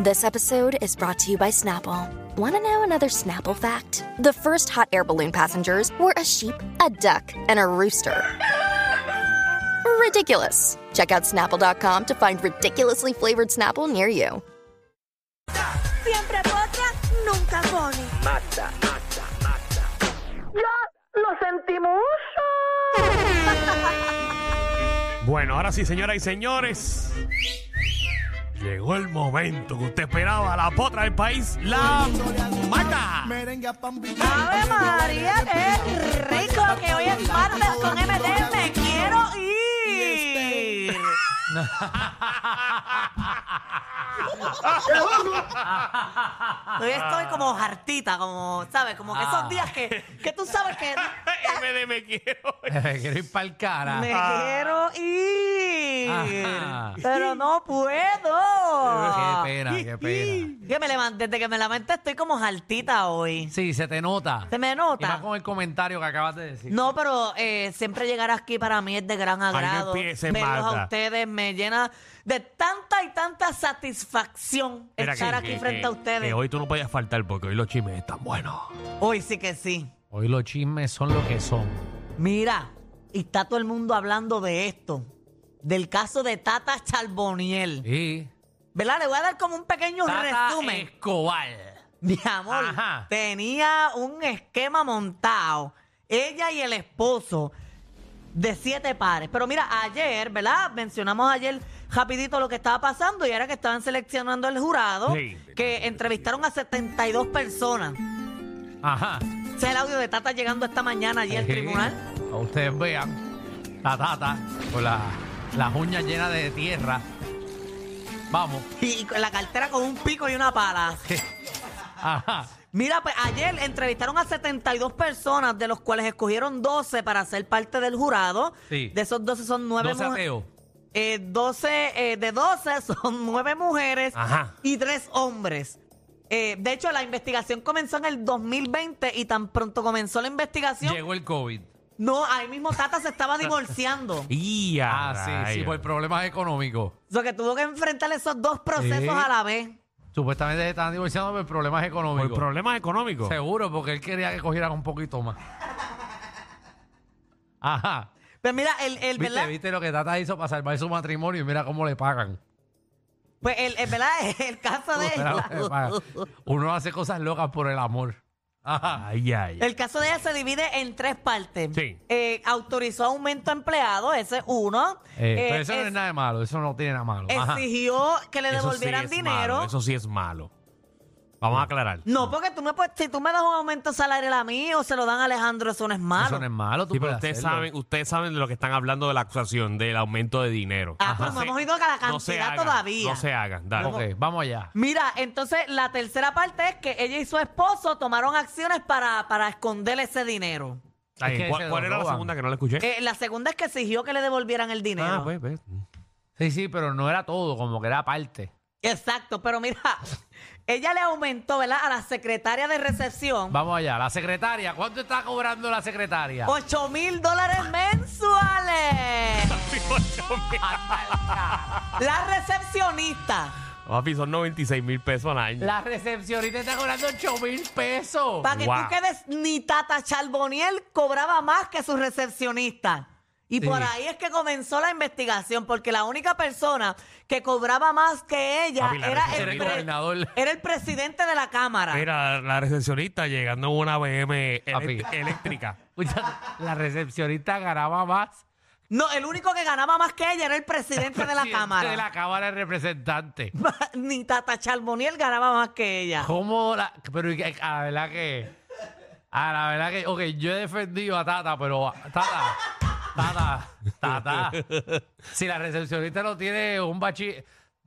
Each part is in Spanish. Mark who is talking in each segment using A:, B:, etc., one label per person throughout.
A: This episode is brought to you by Snapple. Want to know another Snapple fact? The first hot air balloon passengers were a sheep, a duck, and a rooster. Ridiculous. Check out snapple.com to find ridiculously flavored Snapple near you.
B: Siempre potra, nunca pone.
C: ¡Ya lo sentimos!
D: Bueno, ahora sí, señoras y señores. Llegó el momento que usted esperaba, la potra del país, la mata.
B: Ave María, qué rico que hoy es martes con MD. Me quiero
E: Este.
B: ir. Hoy estoy como hartita, como, ¿sabes? Como que
E: Ah.
B: esos días que, que tú sabes que
D: MD me quiero.
E: Me quiero ir para el cara.
B: me quiero ir.
E: Ajá.
B: Pero no
E: Qué
B: puedo.
E: pena, Ah. qué pena.
B: Que me levanté, desde que me levanté estoy como hartita hoy.
E: Sí, se te nota.
B: ¿Se me
E: Y más
B: nota?
E: con el comentario que acabas de decir.
B: No, pero eh, siempre llegar aquí para mí es de gran agrado.
D: empieces,
B: Verlos
D: Magda.
B: a ustedes me llena de tanta y tanta satisfacción
D: Mira
B: estar
D: que-
B: aquí
D: que-
B: frente
D: que-
B: a ustedes.
D: que hoy tú no podías faltar porque hoy los chismes están buenos.
B: Hoy sí que sí.
E: Hoy los chismes son lo que son.
B: Mira, y está todo el mundo hablando de esto, del caso de Tata Charboniel.
E: Y.
B: ¿Verdad? Le voy a dar como un pequeño
E: Tata
B: resumen.
E: Escobar.
B: Mi amor,
E: Ajá.
B: tenía un esquema montado. Ella y el esposo de siete pares. Pero mira, ayer, ¿verdad? Mencionamos ayer rapidito lo que estaba pasando y era que estaban seleccionando el jurado
D: Sí.
B: que entrevistaron a 72 personas.
E: Ajá.
B: Ese es el audio de Tata llegando esta mañana allí al
E: Sí.
B: tribunal.
E: A ustedes vean. La tata con la, las uñas llenas de tierra. Vamos.
B: Y con la cartera con un pico y una pala.
E: Ajá.
B: Mira, pues ayer entrevistaron a 72 personas, de los cuales escogieron 12 para ser parte del jurado.
E: Sí.
B: De esos 12 son 9
E: Dos ateos.
B: Eh, 12, eh, de 12 son 9 mujeres
D: Ajá.
B: y 3 hombres. Eh, de hecho, la investigación comenzó en el 2020 y tan pronto comenzó la investigación,
E: Llegó el COVID.
B: no, ahí mismo Tata se estaba divorciando.
D: Y a
E: Ah, sí, sí,
D: rayos.
E: por problemas económicos.
B: O sea, que tuvo que enfrentar esos dos procesos
E: Sí.
B: a la vez.
E: Supuestamente se estaban divorciando por problemas
D: Por
E: económicos.
D: problemas económicos.
E: Seguro, porque él quería que cogieran un poquito más. Ajá.
B: Pero Pues mira, el, el,
E: ¿Viste,
B: ¿verdad?
E: viste lo que Tata hizo para salvar su matrimonio y mira cómo le pagan.
B: Pues el, el- ¿verdad? El caso de
E: Mira cómo le pagan.
B: ella.
E: Uno hace cosas locas por el amor. Ajá.
D: Ay, ay. ay.
B: El caso de ella se divide en tres partes.
D: Sí.
B: Eh, autorizó aumento a empleados, ese es uno.
E: Eh,
B: Eh,
E: pero eso no
B: es-
E: es nada de malo, eso no tiene nada malo. Ajá.
B: exigió que le
D: Eso sí
B: devolvieran
D: es
B: dinero.
D: malo, eso sí es malo. Vamos a aclarar.
B: No, porque tú me puedes, si tú me das un aumento salarial a mí o se lo dan a Alejandro, eso no es malo.
E: Eso no es malo, tú
D: Sí, pero
E: puedes
D: ustedes
E: hacerlo.
D: saben, ustedes saben de lo que están hablando de la acusación del aumento de dinero.
B: Ah, pero no hemos ido a la
D: No se
B: cantidad
D: hagan,
B: todavía.
D: No se hagan, dale.
E: Ok, vamos allá.
B: Mira, entonces la tercera parte es que ella y su esposo tomaron acciones para, para esconder ese dinero.
D: Ay,
E: Es que se
D: ¿Cuál,
E: lo
D: cuál era la
E: roban.
D: segunda que no la escuché?
B: Eh, la segunda es que exigió que le devolvieran el dinero.
D: Ah, pues, pues.
E: Sí, sí, pero no era todo, como que era parte.
B: Exacto, pero mira, ella le aumentó, ¿verdad? A la secretaria de recepción
E: Vamos allá, la secretaria, ¿cuánto está cobrando la secretaria?
B: 8 mil dólares mensuales. La recepcionista.
D: Papi, son 96 mil pesos al año.
E: La recepcionista está cobrando 8 mil pesos.
B: Para que
D: Wow.
B: tú quedes, ni Tata Charboniel cobraba más que su recepcionista. Y
E: Sí.
B: por ahí es que comenzó la investigación, porque la única persona que cobraba más que ella
D: Papi, la
B: era, el
D: recepcionista
E: era el gobernador.
B: era el presidente de la Cámara.
D: Mira, la recepcionista llegando en una BM elect-
E: Papi.
D: eléctrica.
E: Escucha, la recepcionista ganaba más
B: No, el único que ganaba más que ella era el presidente de la
E: presidente
B: Cámara.
E: de la Cámara de Representantes.
B: ni Tata Charboniel ganaba más que ella.
E: ¿Cómo la.? Pero y que- a la verdad que. A la verdad que. Ok, yo he defendido a Tata, pero. Tata. Tata. Tata. Si la recepcionista no tiene un bachi.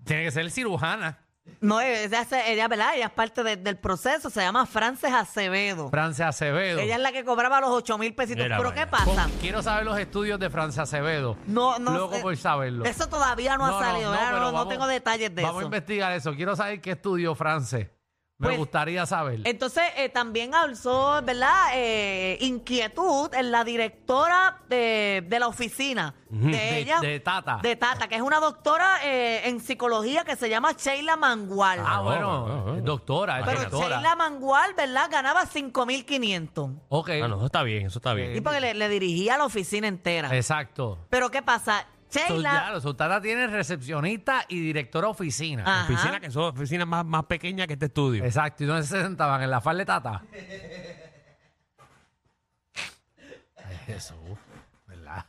E: Tiene que ser cirujana.
B: No, ella, ella, ¿verdad? Ella es parte de- del proceso, se llama Frances Acevedo.
E: Francia Acevedo.
B: Ella es la que cobraba los 8 mil pesitos.
D: Mira,
B: Pero
D: vaya.
B: ¿qué pasa?
E: Quiero saber los estudios de Francia Acevedo.
B: No, no
E: Loco
B: sé.
E: por saberlo.
B: Eso todavía no, ha salido, ¿verdad? no,
E: pero
B: no
E: vamos-
B: tengo detalles de
E: Vamos a
B: eso.
E: investigar eso. Quiero saber qué estudió France. Me
B: Pues,
E: gustaría saber.
B: Entonces, eh, también alzó, ¿verdad? Eh, inquietud en la directora de, de la oficina de,
E: De-
B: ella.
E: de Tata.
B: De Tata, que es una doctora eh, en psicología que se llama Sheila Mangual.
E: ah,
D: No,
E: bueno,
D: no, no.
E: es doctora, es
B: Pero
E: doctora.
B: Sheila Mangual, ¿verdad? Ganaba 5.500.
E: Ok,
D: Ah, no, eso está bien, eso está bien.
B: Y porque le, le dirigía la oficina entera.
E: exacto.
B: Pero ¿qué pasa?
E: So,
B: Sheila...
E: claro, su tata tiene recepcionista y directora de oficina.
B: Ah. ajá.
D: Oficinas que son oficinas más, más pequeñas que este estudio.
E: Exacto, y dónde se sentaban en la falda de tata. Ay, Jesús, ¿verdad?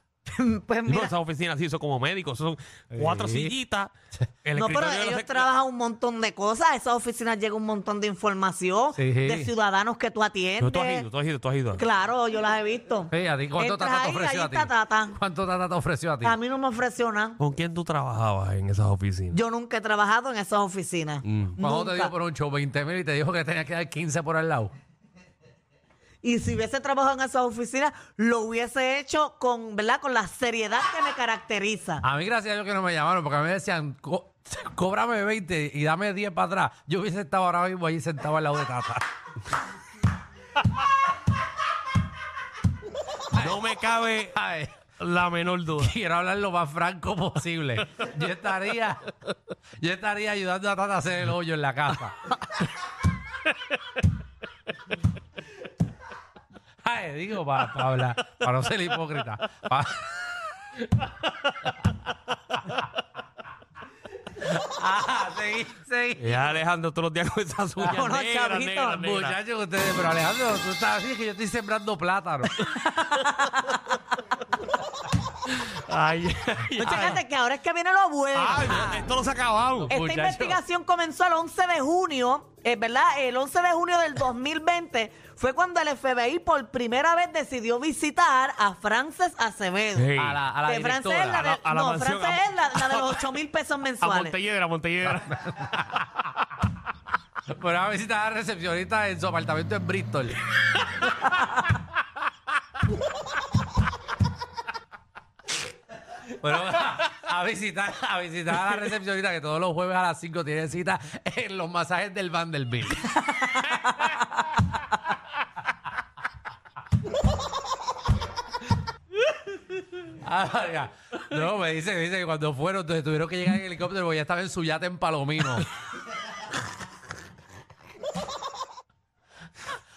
B: Pues
D: No,
B: mira,
D: esas oficinas sí son como médicos, son cuatro
E: Sí.
D: sillitas. el
B: no, pero
D: escritorio de la
B: ellos
D: sec-
B: trabajan un montón de cosas. A esas oficinas llega un montón de información
E: Sí.
B: de ciudadanos que tú atiendes.
D: No, tú has ido, tú has ido, tú has ido.
B: Claro, yo las he visto.
E: Sí, ¿a ti cuánto
B: Entras
E: tata te
B: ahí,
E: ofreció
B: ahí
E: a ti?
B: está Tata.
E: ¿Cuánto tata te ofreció a ti?
B: A mí no me ofreció nada.
D: ¿Con quién tú trabajabas en esas oficinas?
B: Yo nunca he trabajado en esas oficinas.
E: Cuando Mm, pues te
B: Nunca.
E: dio por un show 20 mil y te dijo que tenías que dar 15 por al lado.
B: Y si hubiese trabajado en esas oficinas, lo hubiese hecho con, ¿verdad? Con la seriedad que me caracteriza.
E: A mí, gracias a Dios que no me llamaron, porque a mí me decían, "Co- cóbrame 20 y dame 10 para atrás. Yo hubiese estado ahora mismo ahí sentado al lado de Tata.
D: No me cabe
E: Ay,
D: la menor duda.
E: Quiero hablar lo más franco posible. Yo estaría, yo estaría ayudando a Tata a hacer el hoyo en la casa. Ay, digo, para hablar, para no ser hipócrita. Pa- Ah, seguí, seguí.
D: Ya Alejandro todos los días con esas uñas
B: Vámonos,
D: negras,
B: chavito.
D: negras, negras.
E: Muchachos, ustedes, pero Alejandro, tú estás así que yo estoy sembrando plátano.
D: Ay, ay,
E: ah,
B: No,
D: ay.
B: chécate que ahora es que viene lo bueno.
D: Ay, esto no se ha acabado.
B: Esta
E: muchacho.
B: investigación comenzó el 11 de junio, es ¿verdad? El 11 de junio del 2020 fue cuando el FBI por primera vez decidió visitar a Frances Acevedo.
D: Sí.
E: A la, a la
B: que Frances
E: directora.
B: es la de,
D: a la- a la
B: no,
D: mansión,
B: Frances
D: a-
B: es la, la de los 8 mil pesos
D: A
B: mensuales.
D: Montelledra, a Montelledra.
E: Pero a ver si estaba recepcionista en su apartamento en Bristol. Bueno, a visitar, a visitar a la recepcionista que todos los jueves a las 5 tiene cita en los masajes del Vanderbilt. Ah, ya. no, me dice, me dice que cuando fueron, entonces tuvieron que llegar en helicóptero porque ya estaba en su yate en Palomino.
D: Ay,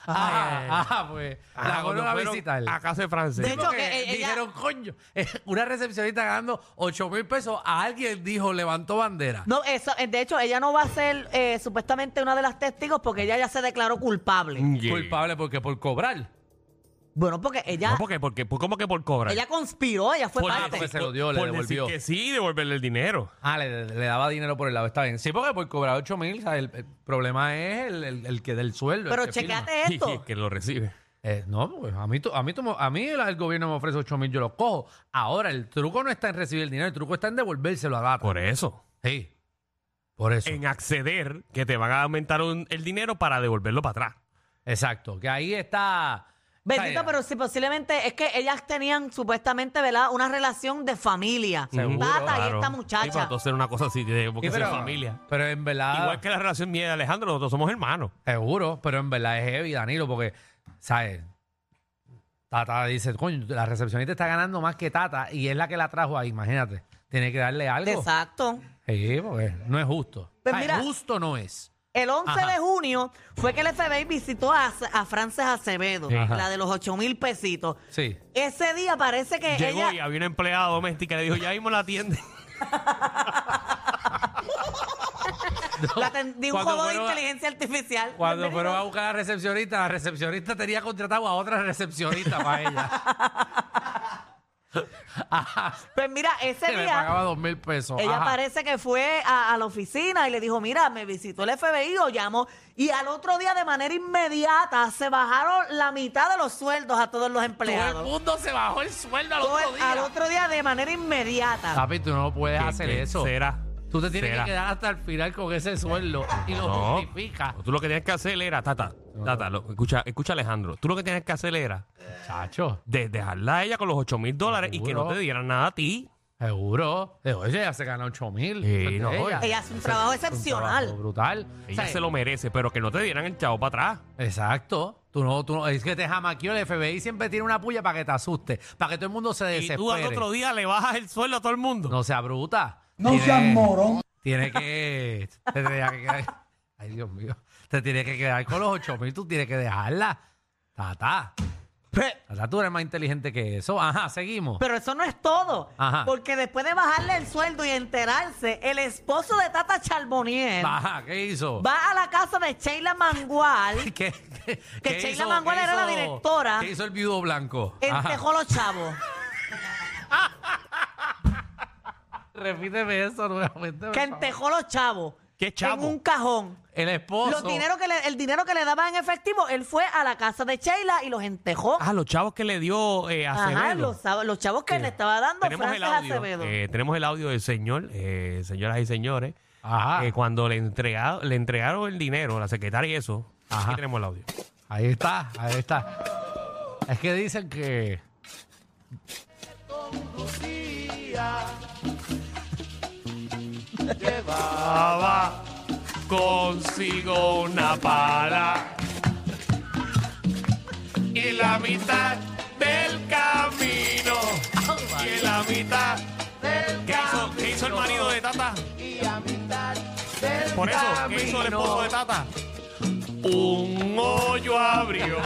E: Ah, ah, pues. la
D: cuando
E: fueron a
D: fueron
E: visitar.
D: A casa de Francis.
B: De hecho,
E: Porque
B: que, eh, ella-
E: dijeron, coño, eh, una recepcionista ganando 8 mil pesos, a alguien dijo, levantó bandera.
B: No, eso, eh, de hecho, ella no va a ser eh, supuestamente una de las testigos porque ella ya se declaró culpable.
E: Mm,
D: Yeah.
E: Culpable porque por cobrar.
B: Bueno, porque ella,
D: No, porque, porque, pues, ¿cómo que por cobrar?
B: ella conspiró, ella fue
D: por pues,
E: Ah,
B: parte.
E: porque se lo dio, le
D: por
E: devolvió.
D: decir que sí, devolverle el dinero.
E: Ah, le, le daba dinero por el lado, está bien. Sí, porque por cobrar 8 mil, el, el problema es el, el- el que del sueldo. el
B: Pero
E: que firma.
B: chequeate esto.
D: Y que lo recibe.
E: Eh, no, pues a mí, tú- a, mí tú me- a mí el, el gobierno me ofrece 8 mil, yo lo cojo. Ahora, el truco no está en recibir el dinero, el truco está en devolvérselo a Data.
D: Por eso.
E: Sí, por eso.
D: En acceder que te van a aumentar un- el dinero para devolverlo para atrás.
E: Exacto, que ahí está...
B: Bendito,
E: está-
B: pero si posiblemente es que ellas tenían supuestamente, ¿verdad? Una relación de familia.
E: Mm-hmm. Seguro,
B: Tata y
D: Claro.
B: esta
D: Sí, para
B: muchacha.
D: entonces era una cosa así, de- porque es
E: Sí, pero- Ah.
D: familia.
E: Pero en verdad...
D: Igual que la relación mía de Alejandro, nosotros somos hermanos.
E: Seguro, pero en verdad es heavy, Danilo, porque, ¿sabes? Tata dice, coño, la recepcionista está ganando más que Tata y es la que la trajo ahí, imagínate. Tiene que darle algo.
B: Exacto.
E: Sí, porque no es justo.
B: Pues
E: Ay,
B: mira-
E: justo no es.
B: El 11
E: Ajá.
B: de junio fue que el FBI visitó a, a Frances Acevedo,
E: Ajá.
B: la de los 8 mil pesitos.
E: Sí.
B: Ese día parece que
D: Llegó
B: Eh, ella...
D: y había una empleada doméstica y le dijo, ya mismo la atiende.
B: La ten- di un
E: Cuando
B: juego de
E: fueron a-
B: inteligencia artificial. Pues
E: Cuando
B: Bienvenido.
E: fueron a buscar a la recepcionista, la recepcionista tenía contratado a otra recepcionista para ella. Ajá,
B: Pues mira, ese
E: que le
B: día
E: pagaba dos mil pesos.
B: ella
E: Ajá.
B: parece que fue a, a la oficina y le dijo, mira, me visitó el FBI o llamó. Y al otro día, de manera inmediata, se bajaron la mitad de los sueldos a todos los
E: Todo el
B: empleados.
E: mundo se bajó el sueldo al
B: Todo el-
E: otro día.
B: al otro día, de manera inmediata.
E: Papi, tú no puedes
D: ¿Qué-
E: hacer
D: qué
E: eso.
D: Será.
E: Tú te tienes
D: Será.
E: que quedar hasta el final con ese sueldo y lo
D: No.
E: justifica.
D: Tú lo que tenías que hacer era, Tata, Tata, lo- escucha, escucha Alejandro, tú lo que tenías que hacer era
E: Chacho.
D: de dejarla a ella con los 8 mil dólares y que no
E: Seguro.
D: te dieran nada a ti.
E: Seguro. Eh, Oye, ella se gana 8 mil. Pues
D: Sí, no,
B: Ella hace un trabajo excepcional.
E: brutal.
D: Ella
E: O sea,
D: se lo merece, pero que no te dieran el chavo para atrás.
E: Exacto. Tú no, tú no, es que te jamaqueó el FBI siempre tiene una puya para que te asuste, para que todo el mundo se
D: Y tú al
E: desespere.
D: otro día le bajas el sueldo a todo el mundo.
E: No sea bruta. No seas morón. Tiene que. te tenía que quedar- ay, Dios mío. Te tiene que quedar con los 8 mil. Tú tienes que dejarla. Tata.
B: Pe-
E: Tata, tú eres más inteligente que eso. Ajá, seguimos.
B: Pero eso no es todo.
E: Ajá.
B: Porque después de bajarle el sueldo y enterarse, el esposo de Tata Charbonnier
E: Ajá, ¿qué hizo?
B: va a la casa de Sheila Mangual,
E: ¿Qué, qué, qué
B: Sheila
E: hizo-
B: Mangual
E: qué
B: era la
E: hizo-
B: directora. Este
E: ¿Qué hizo el viudo blanco? Ajá.
B: entejó los chavos.
E: Repíteme eso nuevamente. por
B: Que
E: favor.
B: entejó los chavos.
D: ¿Qué chavo?
B: En un cajón.
E: El esposo.
B: Los dinero que le- el dinero que le daban en efectivo, él fue a la casa de Sheila y los entejó.
D: Ah, los chavos que le dio eh, Acevedo.
B: Ajá, los, sab- los chavos que le estaba dando
D: tenemos
B: Francis
D: el audio.
B: Acevedo.
D: eh, tenemos el audio del señor, eh, señoras y señores.
E: Ajá.
D: eh, cuando le, entrega- le entregaron el dinero, la secretaria y eso.
E: Ajá.
D: Aquí tenemos el audio.
E: Ahí está, ahí está. Es que dicen que.
D: Llevaba consigo una pala y la mitad del camino y la mitad del ¿Qué hizo, ¿Qué hizo el marido de Tata? Por eso, ¿qué hizo el esposo de Tata? Un hoyo abrió.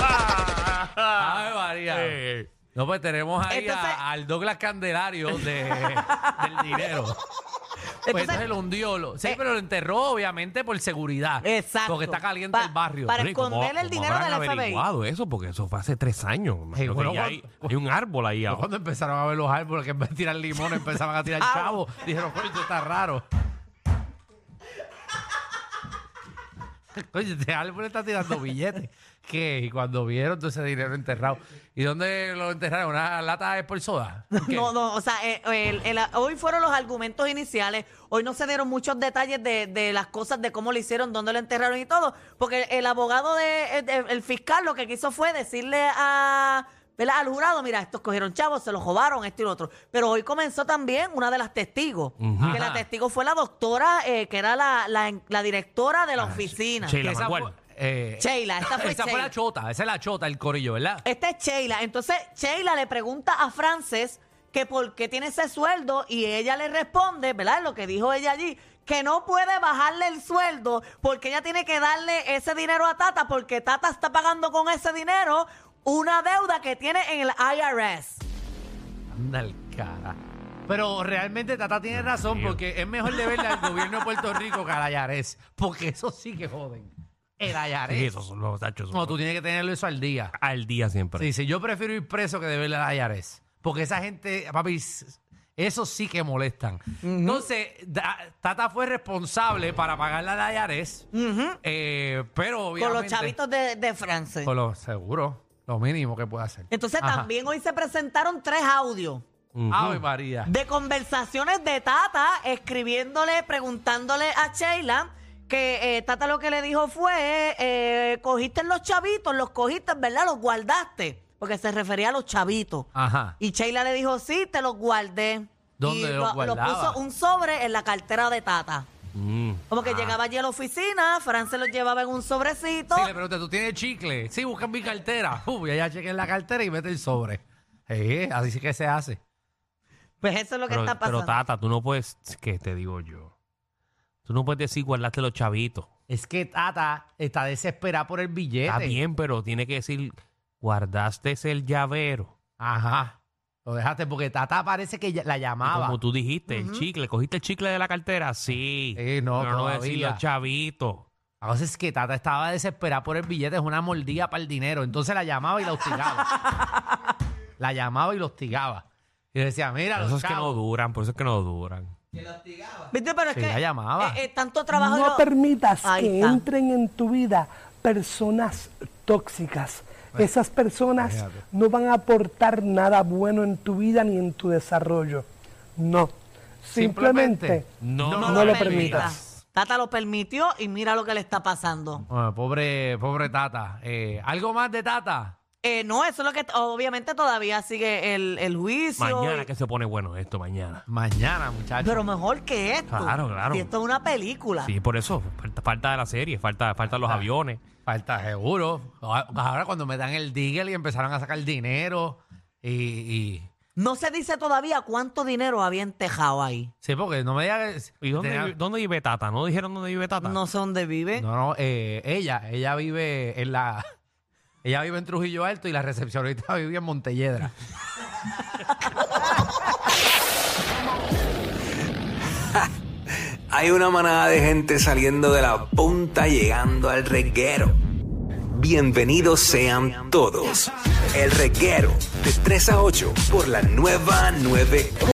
D: Ah,
E: ¡Ay, María!
D: Eh,
E: No, pues tenemos ahí a-
B: Entonces-
E: al Douglas Candelario de, del dinero. Pues
B: Entonces-
E: entonces lo hundió. lo- sí,
B: Eh.
E: pero lo enterró, obviamente, por seguridad.
B: Exacto.
E: Porque está caliente
B: Pa-
E: el barrio.
B: para
D: Oye, ¿cómo-
B: esconder el
D: cómo
B: dinero
D: habrán
B: del FBI?
D: averiguado eso? Porque eso fue hace tres años. imagino que
E: bueno,
D: ya hay, hay un árbol ahí
E: Pero
D: ahora.
E: Cuando empezaron a ver los árboles que en vez de tirar limón empezaban a tirar chavos, dijeron, coño, esto está raro. Oye, este árbol está tirando billetes. ¿Qué? Y cuando vieron todo ese dinero enterrado. ¿Y dónde lo enterraron? ¿Una lata de por soda? ¿Qué?
B: No, no, o sea, eh, el- el- hoy fueron los argumentos iniciales. Hoy no se dieron muchos detalles de, de las cosas, de cómo lo hicieron, dónde lo enterraron y todo. Porque el, abogado de, el, el fiscal lo que quiso fue decirle a, ¿verdad? al jurado, mira, estos cogieron chavos, se los robaron, esto y lo otro. Pero hoy comenzó también una de las testigos.
D: Ujú.
B: Que la
E: Ajá.
B: testigo fue la doctora, eh, que era la, la, la directora de la oficina.
D: Sheila.
E: Que esa fue-
D: Mangual.
E: eh,
B: Sheila, esta fue
E: Ah, esa fue
B: Sheila.
E: la chota, esa es la chota, el corillo, ¿verdad?
B: Esta es Sheila. Entonces, Sheila le pregunta a Frances que por qué tiene ese sueldo y ella le responde, ¿verdad? Lo que dijo ella allí, que no puede bajarle el sueldo porque ella tiene que darle ese dinero a Tata porque Tata está pagando con ese dinero una deuda que tiene en el IRS.
E: Anda el cara. Pero realmente Tata tiene razón
D: mío.
E: porque es mejor de verle al gobierno de Puerto Rico que al Ayares. Porque eso sí que joden. El Ayares.
D: Sí, esos son los tachos.
E: No, tú tienes que tenerlo eso al día.
D: Al día siempre.
E: Sí, sí, yo prefiero ir preso que deberle al Ayares. Porque esa gente, papi, s- eso sí que molestan. Entonces, da- Tata fue responsable para pagarle al Ayares, eh, pero
B: Con
E: obviamente...
B: los chavitos de, de Frances.
E: Con lo seguro, lo mínimo que puede hacer.
B: Entonces,
E: Ajá.
B: también hoy se presentaron tres audios.
D: Ujú.
E: Ave María.
B: De conversaciones de Tata, escribiéndole, preguntándole a Sheila que eh, Tata lo que le dijo fue, eh, cogiste los chavitos, los cogiste, ¿verdad? Los guardaste, porque se refería a los chavitos.
E: Ajá.
B: Y Sheila le dijo, sí, te los guardé.
E: Ah. ¿Dónde
B: y
E: los
B: lo- lo,
E: guardaba?
B: puso un sobre en la cartera de Tata.
D: Mm.
B: Como
E: Ah.
B: que llegaba allí a la oficina, Fran se los llevaba en un sobrecito.
E: Sí, le pregunté, ¿tú tienes chicle? Sí, busca en mi cartera. Uf, y allá chequea en la cartera y mete el sobre. Eh, así sí que se hace.
B: Pues eso es lo que
D: Pero,
B: está
D: pero,
B: pasando.
D: Tata, tú no puedes. ¿Qué te digo yo? Tú no puedes decir guardaste los chavitos.
E: Es que Tata está desesperada por el billete.
D: Está bien, pero tiene que decir guardaste el llavero.
E: Ajá. Lo dejaste porque Tata parece que ya- la
D: Y
E: llamaba.
D: Como tú dijiste, el chicle. ¿Cogiste el chicle de la cartera? Sí.
E: Sí, no,
D: pero no decir
E: todavía.
D: los chavitos.
E: La cosa es que Tata estaba desesperada por el billete, es una mordida para el dinero. Entonces la llamaba y la hostigaba. la llamaba y la hostigaba. Y decía, mira,
D: Por
E: los
D: eso es que no
E: chavos.
D: duran, por eso es que no duran.
B: ¿Viste? Pero es
E: Sí,
B: que
E: ella llamaba.
B: eh, eh, tanto trabajo... y
F: No
B: lo-
F: permitas
B: Ahí
F: que
B: está.
F: entren en tu vida personas tóxicas. Esas personas no van a aportar nada bueno en tu vida ni en tu desarrollo. No. Simplemente,
E: Simplemente, no
F: no,
E: lo
F: lo
E: permitas.
F: permitas.
B: Está Tata lo permitió y mira lo que le está pasando.
E: Bueno, pobre, pobre Tata. Eh, ¿Algo más de Tata?
B: Eh, no, eso es lo que obviamente todavía sigue el, el juicio.
D: Mañana que se pone bueno esto, mañana.
E: Mañana, muchachos.
B: Pero mejor que esto.
D: Claro, claro.
B: Si esto es una película.
D: Sí, por eso. Falta, falta de la serie, falta, faltan los aviones.
E: Falta seguro. Ahora cuando me dan el Digel y empezaron a sacar dinero y... y-
B: No se dice todavía cuánto dinero había entejado ahí.
E: Sí, porque no me digan...
D: ¿Y dónde,
E: Tenía-
D: vi- dónde vive Tata? ¿No dijeron dónde vive Tata?
B: No sé dónde vive.
E: No, no, eh, ella, ella vive en la... Ella vive en Trujillo Alto y la recepcionista vivía en Montelledra.
G: Hay una manada de gente saliendo de la punta llegando al reguero. Bienvenidos sean todos. El reguero de 3 a 8 por la nueva 9.